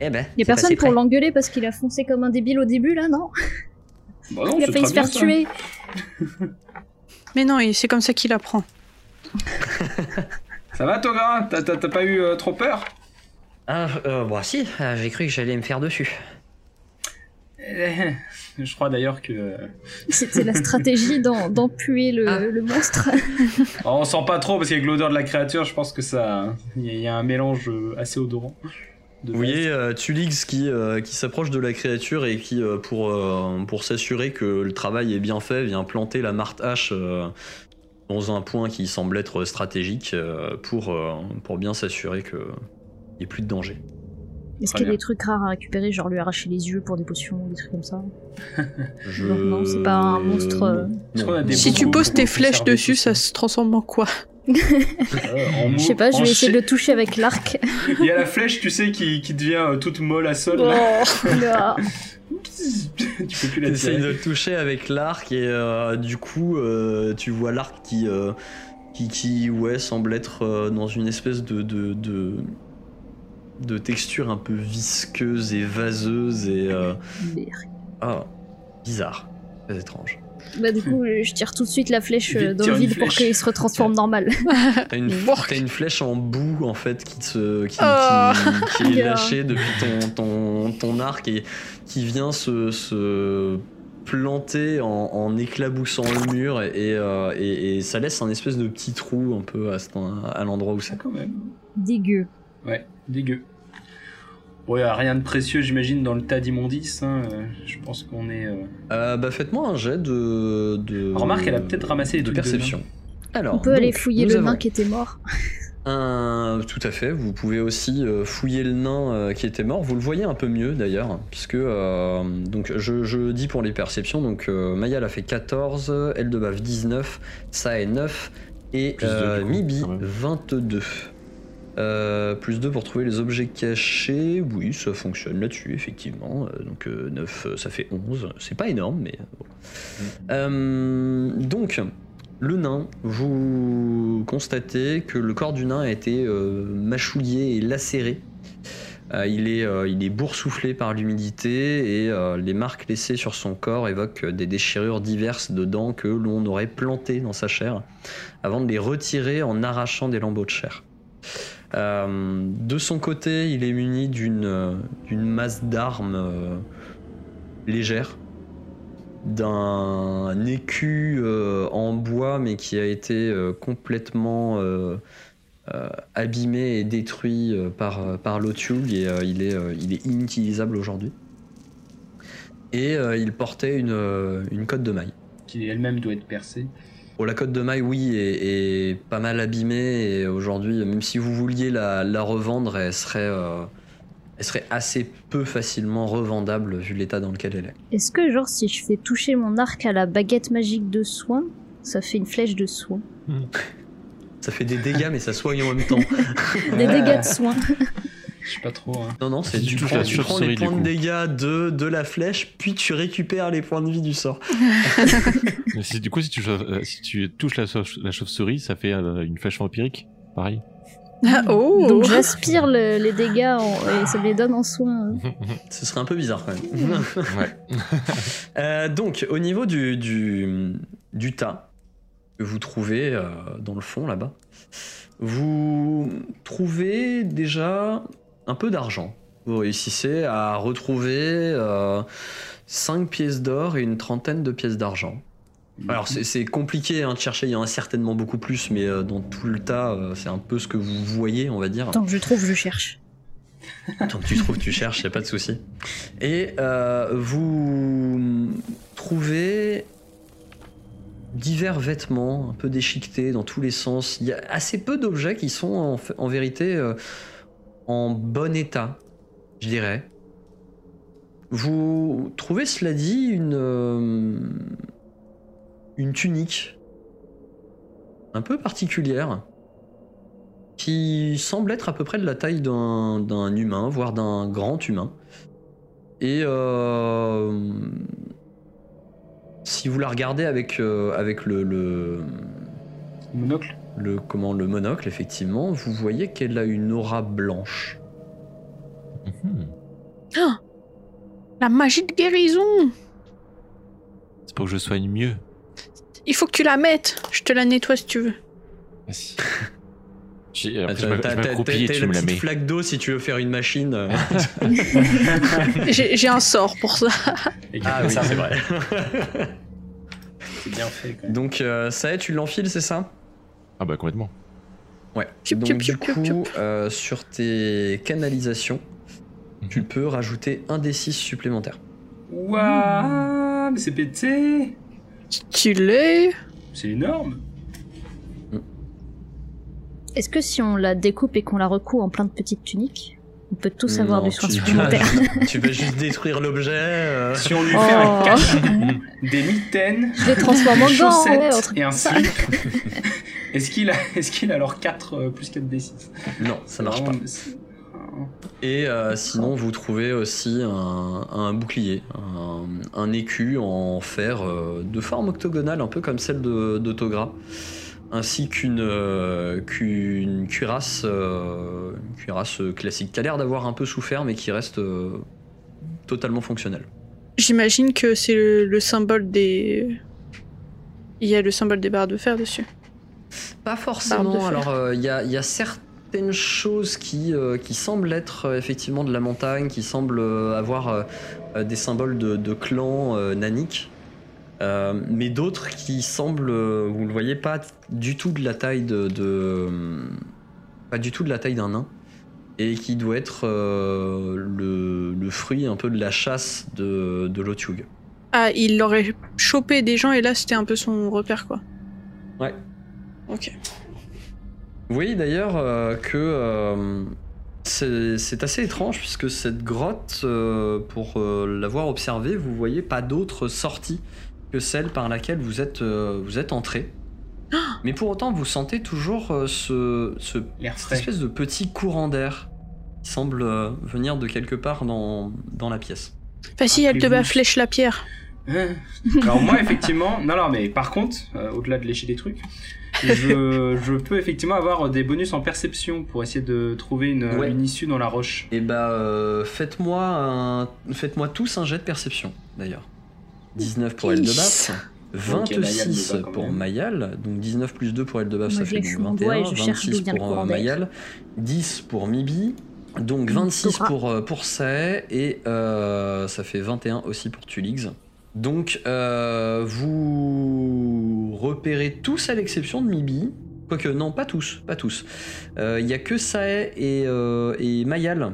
Speaker 1: Eh ben,
Speaker 5: Il y
Speaker 1: c'est passé
Speaker 5: a personne pour
Speaker 1: près.
Speaker 5: l'engueuler parce qu'il a foncé comme un débile au début, là, non
Speaker 3: Bah non,
Speaker 5: Il a
Speaker 3: c'est très
Speaker 5: failli se faire
Speaker 3: bien, ça.
Speaker 5: tuer.
Speaker 2: Mais non, et c'est comme ça qu'il apprend.
Speaker 3: Ça va, Togra T'as t'as- t'as pas eu euh, trop peur
Speaker 1: Ah, euh, bah si, euh, j'ai cru que j'allais me faire dessus.
Speaker 3: Eh, Je crois d'ailleurs que. euh,
Speaker 5: C'était la stratégie d'en- d'empuer le,
Speaker 1: Ah.
Speaker 5: le monstre.
Speaker 3: on sent pas trop parce qu'avec l'odeur de la créature, je pense que ça. Il y, a- il y a un mélange euh, assez odorant. de
Speaker 1: Vous voyez euh, Tulix qui, euh, qui s'approche de la créature et qui, euh, pour, euh, pour s'assurer que le travail est bien fait, vient planter la marte hache euh, dans un point qui semble être stratégique euh, pour, euh, pour bien s'assurer qu'il n'y ait plus de danger.
Speaker 5: Est-ce
Speaker 3: Très
Speaker 5: qu'il y a
Speaker 3: bien.
Speaker 5: des trucs rares à récupérer, genre lui arracher les yeux pour des potions, des trucs comme ça
Speaker 1: Je-
Speaker 5: Non, non, c'est pas un monstre, euh,
Speaker 1: Non,
Speaker 3: qu'on a des
Speaker 1: non.
Speaker 2: Si tu
Speaker 3: beaucoup,
Speaker 2: poses
Speaker 3: beaucoup
Speaker 2: tes flèches
Speaker 3: conservé
Speaker 2: dessus,
Speaker 3: tout ça.
Speaker 2: ça se transforme en quoi
Speaker 3: Euh, en
Speaker 5: Je sais
Speaker 3: mou-
Speaker 5: pas, je
Speaker 3: en
Speaker 5: vais essayer de
Speaker 3: chai-
Speaker 5: le toucher avec l'arc.
Speaker 3: Il y a la flèche, tu sais, qui, qui devient euh, toute molle à
Speaker 5: Oh,
Speaker 3: sol. là.
Speaker 5: Là.
Speaker 3: tu peux plus la
Speaker 1: T'essayes de
Speaker 3: tirer.
Speaker 1: le toucher avec l'arc et euh, du coup euh, tu vois l'arc qui, euh, qui qui ouais semble être euh, dans une espèce de de, de de texture un peu visqueuse et vaseuse et euh,
Speaker 5: Merde.
Speaker 1: ah bizarre très étrange.
Speaker 5: Bah du coup, je tire tout de suite la flèche euh,
Speaker 3: Vite,
Speaker 5: dans
Speaker 3: tire
Speaker 5: le
Speaker 3: une
Speaker 5: vide pour
Speaker 3: flèche.
Speaker 5: qu'il se retransforme normal.
Speaker 1: T'as une
Speaker 2: Work.
Speaker 1: t'as une flèche en boue en fait qui te qui, qui-
Speaker 2: Oh.
Speaker 1: qui est
Speaker 5: Yeah.
Speaker 1: lâchée depuis ton ton ton arc et qui vient se, se planter en, en éclaboussant le mur et, euh, et- et ça laisse un espèce de petit trou un peu à, cet- à l'endroit où ça.
Speaker 3: Ça, quand même.
Speaker 5: Dégueu.
Speaker 3: Ouais, dégueu. Ouais, rien de précieux, j'imagine, dans le tas d'immondices. hein, euh, Je pense qu'on est. euh,
Speaker 1: Euh, bah faites-moi un jet de, de-
Speaker 3: Remarque, elle a peut-être ramassé les
Speaker 1: de
Speaker 3: trucs de
Speaker 1: perception. Alors,
Speaker 5: On peut aller
Speaker 1: donc,
Speaker 5: fouiller
Speaker 1: nous
Speaker 5: le
Speaker 1: avons
Speaker 5: nain qui était mort.
Speaker 1: un- Tout à fait, vous pouvez aussi euh, fouiller le nain euh, qui était mort. Vous le voyez un peu mieux d'ailleurs, puisque. euh, donc, je, je dis pour les perceptions, donc euh, Mayal a fait 14, Eldebaf 19, Ça est 9, et
Speaker 4: Plus deux,
Speaker 1: euh,
Speaker 4: du coup,
Speaker 1: Mibi
Speaker 4: quand même.
Speaker 1: 22. Euh, plus 2 pour trouver les objets cachés. Oui, ça fonctionne là-dessus, effectivement. Euh, donc 9, ça fait 11. C'est pas énorme, mais bon.
Speaker 4: Mm.
Speaker 1: Euh, donc, le nain, vous constatez que le corps du nain a été euh, mâchouillé et lacéré. Euh, il, est, euh, il est boursouflé par l'humidité et euh, les marques laissées sur son corps évoquent des déchirures diverses de dents que l'on aurait plantées dans sa chair avant de les retirer en arrachant des lambeaux de chair. Euh, de son côté, il est muni d'une euh, d'une masse d'armes euh, légère, d'un écu euh, en bois, mais qui a été euh, complètement euh, euh, abîmé et détruit euh, par, euh, par l'Otug, et euh, il, est, euh, il est inutilisable aujourd'hui. Et euh, il portait une, euh, une cotte de maille.
Speaker 3: qui elle-même doit être percée.
Speaker 1: Bon, la cote de maille, oui, est, est pas mal abîmée et aujourd'hui, même si vous vouliez la, la revendre, elle serait, euh, elle serait assez peu facilement revendable vu l'état dans lequel elle est.
Speaker 5: Est-ce que, genre, si je fais toucher mon arc à la baguette magique de soin, ça fait une flèche de soin
Speaker 1: Ça fait des dégâts, mais ça soigne en même temps.
Speaker 5: Des dégâts de soin.
Speaker 3: Je sais pas trop. hein.
Speaker 1: Non, non, c'est
Speaker 4: Si
Speaker 1: tu
Speaker 4: tu touches
Speaker 1: prends,
Speaker 4: la
Speaker 1: tu prends
Speaker 4: chauve-souris,
Speaker 1: les
Speaker 4: du
Speaker 1: points de
Speaker 4: coup.
Speaker 1: dégâts de, de la flèche, puis tu récupères les points de vie du sort.
Speaker 4: Mais si- du coup, si tu, euh, si tu touches la, sau- la chauve-souris, ça fait euh, une flèche vampirique. Pareil.
Speaker 2: Ah, oh
Speaker 5: Donc j'aspire le- les dégâts en- et ça me les donne en soin.
Speaker 1: Ce serait un peu bizarre quand même. Euh, donc, au niveau du, du, du tas que vous trouvez euh, dans le fond là-bas, vous trouvez déjà un peu d'argent. Vous réussissez à retrouver 5 pièces d'or et une trentaine de pièces d'argent. Alors c'est- c'est compliqué hein, de chercher, il y en a certainement beaucoup plus, mais euh, dans tout le tas, euh, c'est un peu ce que vous voyez, on va dire.
Speaker 5: Tant que je trouve, je cherche.
Speaker 1: Tant que tu trouves, tu cherches, y a pas de souci. Et euh, vous trouvez divers vêtements un peu déchiquetés dans tous les sens. Il y a assez peu d'objets qui sont en, fa- en vérité euh, en bon état, je dirais. Vous trouvez, cela dit, une, euh, une tunique un peu particulière qui semble être à peu près de la taille d'un d'un humain, voire d'un grand humain. Et euh, si vous la regardez avec, euh, avec le, le,
Speaker 3: Monocle
Speaker 1: le- comment, le monocle, effectivement, vous voyez qu'elle a une aura blanche.
Speaker 4: Mhm.
Speaker 2: La magie de guérison
Speaker 4: C'est pour que je soigne mieux.
Speaker 2: Il faut que tu la mettes. Je te la nettoie si tu veux.
Speaker 4: Merci. J'ai- après,
Speaker 1: T'as-
Speaker 4: je m'a-
Speaker 1: t'as-
Speaker 4: je
Speaker 1: t'as-
Speaker 4: m'accroupis et
Speaker 1: t'as
Speaker 4: tu me la
Speaker 1: petite
Speaker 4: mets.
Speaker 1: flaque d'eau si tu veux faire une machine. euh.
Speaker 2: J'ai j'ai un sort pour ça.
Speaker 3: Et
Speaker 1: ah oui,
Speaker 3: ça,
Speaker 1: c'est vrai.
Speaker 3: C'est bien fait quand même.
Speaker 1: Donc euh, ça y est, tu l'enfiles, c'est ça
Speaker 4: Ah bah complètement.
Speaker 1: Ouais.
Speaker 2: Pioup,
Speaker 1: Donc
Speaker 2: pioup,
Speaker 1: du
Speaker 2: pioup, pioup,
Speaker 1: coup,
Speaker 2: pioup.
Speaker 1: euh, sur tes canalisations, tu peux rajouter un des 6 supplémentaires.
Speaker 3: Ouah, mais c'est pété
Speaker 2: Stylé.
Speaker 3: C'est énorme
Speaker 5: Est-ce que si on la découpe et qu'on la recoue en plein de petites tuniques, on peut tous avoir
Speaker 1: Non,
Speaker 5: du soin
Speaker 1: tu-
Speaker 5: supplémentaire
Speaker 1: tu vas juste détruire l'objet. euh.
Speaker 3: Si on lui fait
Speaker 5: Oh.
Speaker 3: un cache-cou, des mitaines,
Speaker 5: Je les transforme en
Speaker 3: des
Speaker 5: gants,
Speaker 3: chaussettes
Speaker 5: ouais, un truc
Speaker 3: et un
Speaker 5: comme ça.
Speaker 3: slip, est-ce qu'il a, est qu'il a alors 4 plus 4 D6
Speaker 1: Non, ça marche pas. Et euh, sinon, vous trouvez aussi un, un bouclier, un, un écu en fer euh, de forme octogonale, un peu comme celle de- d'Autogra, ainsi qu'une euh, qu'une cuirasse, euh, une cuirasse classique, qui a l'air d'avoir un peu souffert, mais qui reste euh, totalement fonctionnelle.
Speaker 2: J'imagine que c'est le, le symbole des. Il y a le symbole des barres de fer dessus.
Speaker 1: Pas
Speaker 2: Barbe de
Speaker 1: forcément.
Speaker 2: fer.
Speaker 1: Alors, euh, il y, a- il y a certaines choses qui, euh, qui semblent être euh, effectivement de la montagne, qui semblent euh, avoir euh, euh, des symboles de, de clans euh, naniques, euh, mais d'autres qui semblent, euh, vous ne le voyez, pas du tout de la taille de, de- pas du tout de la taille d'un nain. Et qui doit être euh, le, le fruit un peu de la chasse de, de l'Otiug.
Speaker 2: Ah, il aurait chopé des gens et là c'était un peu son repère quoi.
Speaker 1: Ouais.
Speaker 2: Ok.
Speaker 1: Vous voyez d'ailleurs euh, que euh, c'est c'est assez étrange puisque cette grotte, euh, pour euh, l'avoir observée, vous voyez pas d'autre sortie que celle par laquelle vous êtes, euh, vous êtes entré. Mais pour autant, vous sentez toujours euh, ce, ce
Speaker 3: L'air
Speaker 1: cette
Speaker 3: frais.
Speaker 1: espèce de petit courant d'air qui semble euh, venir de quelque part dans, dans la pièce.
Speaker 2: Vas-y, Bah, elle te
Speaker 3: Rappelez-vous.
Speaker 2: bat flèche la pierre.
Speaker 3: Hein Alors moi effectivement, non non mais par contre, euh, au-delà de lécher des trucs, je, je peux effectivement avoir euh, des bonus en perception pour essayer de trouver une,
Speaker 1: Ouais.
Speaker 3: une issue dans la roche.
Speaker 1: Et bah, euh, faites-moi un... faites tous un jet de perception d'ailleurs. 19 pour elle de
Speaker 2: Yes.
Speaker 1: base.
Speaker 3: Donc, il y a Mayal
Speaker 1: 26
Speaker 3: déjà, quand
Speaker 1: pour
Speaker 3: même.
Speaker 1: Mayal, donc 19 plus 2 pour Eldebaf,
Speaker 5: Moi,
Speaker 1: ça
Speaker 5: je
Speaker 1: fait
Speaker 5: lèche mon
Speaker 1: donc
Speaker 5: doigt et
Speaker 1: 21,
Speaker 5: je cherche d'où
Speaker 1: 26
Speaker 5: vient le
Speaker 1: pour euh,
Speaker 5: courant d'air.
Speaker 1: Mayal, 10 pour Mibi, donc 26
Speaker 5: Dora.
Speaker 1: pour, euh, pour Say, et euh, ça fait 21 aussi pour Tulix. Donc euh, vous repérez tous à l'exception de Mibi, quoique non, pas tous, pas tous. Euh, Il y a que Sae et, euh, et Mayal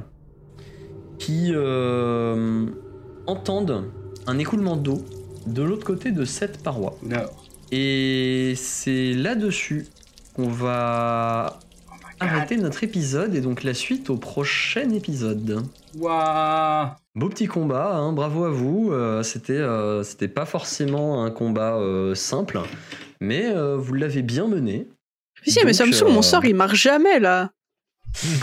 Speaker 1: qui euh, entendent un écoulement d'eau de l'autre côté de cette paroi.
Speaker 3: Nord.
Speaker 1: Et c'est là-dessus qu'on va
Speaker 5: Ah
Speaker 1: arrêter notre épisode et donc la suite au prochain épisode.
Speaker 3: Waouh
Speaker 1: Beau petit combat, hein, bravo à vous. Euh, c'était, euh, c'était pas forcément un combat euh, simple, mais euh, vous l'avez bien mené.
Speaker 2: Bah, Si, mais
Speaker 1: Donc,
Speaker 2: Samsung,
Speaker 1: euh,
Speaker 2: mon sort, il marche jamais là.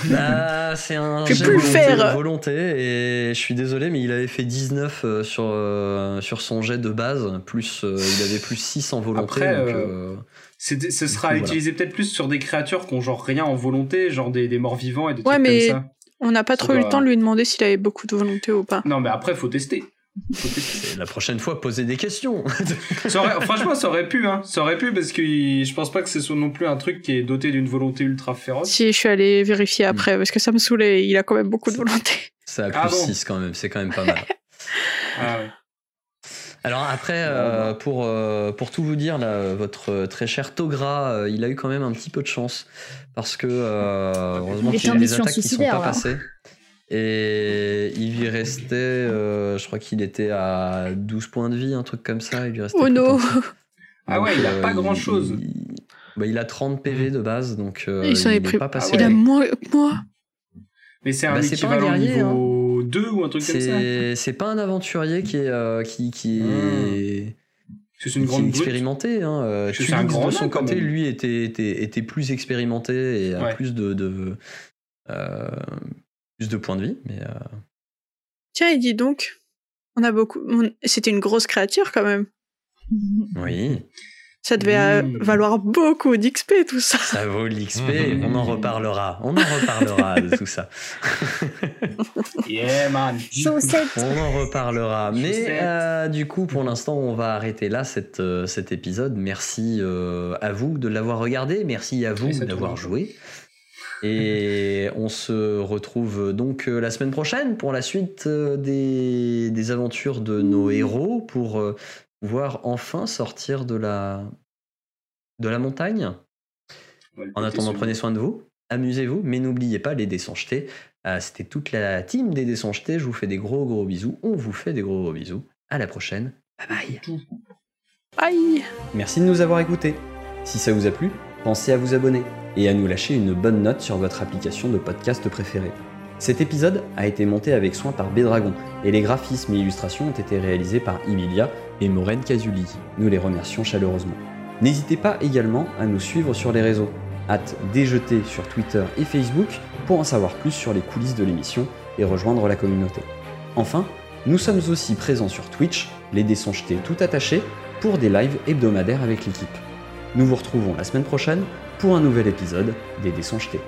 Speaker 1: Bah, c'est un
Speaker 2: Je
Speaker 1: jeu
Speaker 2: peux le
Speaker 1: volonté,
Speaker 2: faire.
Speaker 1: volonté et je suis désolé, mais il avait fait 19 euh, sur, euh, sur son jet de base, plus euh, il avait plus 6 en volonté.
Speaker 3: Après,
Speaker 1: donc,
Speaker 3: euh,
Speaker 1: euh,
Speaker 3: C'est- Ce
Speaker 1: coup,
Speaker 3: sera
Speaker 1: voilà.
Speaker 3: utilisé peut-être plus sur des créatures qui ont genre rien en volonté, genre des, des morts vivants et des
Speaker 2: Ouais,
Speaker 3: trucs
Speaker 2: mais-
Speaker 3: comme ça.
Speaker 2: On n'a pas
Speaker 3: C'est
Speaker 2: trop eu le
Speaker 3: pas-
Speaker 2: temps de lui demander s'il avait beaucoup de volonté ou pas.
Speaker 3: Non, mais après, faut tester. Faut tester.
Speaker 1: et euh, la prochaine fois, posez des questions.
Speaker 3: Ça aurait- franchement, ça aurait pu, hein. Ça aurait pu parce que il- je pense pas que ce soit non plus un truc qui est doté d'une volonté ultra féroce.
Speaker 2: Si, je suis allée vérifier après, parce que ça me saoulait, il a quand même beaucoup de
Speaker 1: C'est-
Speaker 2: volonté.
Speaker 1: Ça a plus
Speaker 3: Ah bon
Speaker 1: 6 quand même, c'est quand même pas mal.
Speaker 3: Ah ouais.
Speaker 1: Alors après, euh, pour, euh, pour tout vous dire, là, votre euh, très cher Togra, euh, il a eu quand même un petit peu de chance. Parce que, euh, heureusement
Speaker 5: Il
Speaker 1: qu'il y a
Speaker 5: était en
Speaker 1: des
Speaker 5: mission
Speaker 1: attaques qui sont
Speaker 5: suicidaire,
Speaker 1: pas
Speaker 5: là.
Speaker 1: passées. Et il lui restait, euh, je crois qu'il était à 12 points de vie, un truc comme ça. Il lui restait
Speaker 2: Oh
Speaker 1: plus
Speaker 2: no
Speaker 1: tant que ça.
Speaker 3: Ah ouais, il a pas
Speaker 1: euh, il-
Speaker 3: grand-chose.
Speaker 1: Il, bah, il a 30 PV de base, donc euh,
Speaker 2: Il s'en est
Speaker 1: il
Speaker 2: pris-
Speaker 1: n'est pas passé.
Speaker 3: Ah
Speaker 2: Il a
Speaker 3: ouais.
Speaker 2: moins que moi.
Speaker 3: Mais c'est un
Speaker 1: Bah, c'est pas un
Speaker 3: équivalent
Speaker 1: guerrier, hein.
Speaker 3: niveau 2 ou un truc comme ça. Ah. Parce
Speaker 1: C'est c'est pas un aventurier qui est, euh, qui, qui est-
Speaker 3: que c'est une
Speaker 1: qui est
Speaker 3: grande brute.
Speaker 1: expérimenté. Hein. euh,
Speaker 3: Parce que c'est
Speaker 1: Tulix,
Speaker 3: un grand
Speaker 1: de
Speaker 3: nain,
Speaker 1: son
Speaker 3: quand
Speaker 1: côté,
Speaker 3: même.
Speaker 1: lui, était, était, était plus expérimenté et a
Speaker 3: Ouais.
Speaker 1: plus de, de, euh, plus de points de vie. Mais, euh,
Speaker 2: Tiens, il dit donc, on a beaucoup. on- C'était une grosse créature quand même.
Speaker 1: oui,
Speaker 2: Ça devait euh,
Speaker 3: Mmh.
Speaker 2: valoir beaucoup d'XP tout ça.
Speaker 1: ça vaut l'XP.
Speaker 4: Mhm.
Speaker 1: on en reparlera. On en reparlera de tout ça.
Speaker 3: Yeah, man.
Speaker 5: Chaussette
Speaker 1: On en reparlera. Mais
Speaker 3: Chaussettes.
Speaker 1: euh, du coup, pour l'instant, on va arrêter là cette, euh, cet épisode. Merci euh, à vous de l'avoir regardé. Merci à vous
Speaker 3: Et ça
Speaker 1: d'avoir
Speaker 3: tourne.
Speaker 1: joué. Et on se retrouve donc euh, la semaine prochaine pour la suite euh, des, des aventures de nos héros pour euh, pouvoir enfin sortir de la, de la montagne.
Speaker 3: On
Speaker 1: En
Speaker 3: va le péter,
Speaker 1: attendant,
Speaker 3: celui-là.
Speaker 1: prenez soin de vous, amusez-vous, mais n'oubliez pas les dés sont jetés. Euh, C'était toute la team des dés sont jetés. Je vous fais des gros gros bisous. On vous fait des gros gros bisous. À la prochaine. Bye bye.
Speaker 2: Aïe
Speaker 1: Merci de nous avoir écoutés. Si ça vous a plu, pensez à vous abonner et à nous lâcher une bonne note sur votre application de podcast préférée. Cet épisode a été monté avec soin par Bédragon et les graphismes et illustrations ont été réalisés par Emilia et Maureen Casuli. Nous les remercions chaleureusement. N'hésitez pas également à nous suivre sur les réseaux, hâte déjeter sur Twitter et Facebook pour en savoir plus sur les coulisses de l'émission et rejoindre la communauté. Enfin, nous sommes aussi présents sur Twitch, les dés sont jetés tout attachés, pour des lives hebdomadaires avec l'équipe. Nous vous retrouvons la semaine prochaine pour un nouvel épisode des dés sont jetés.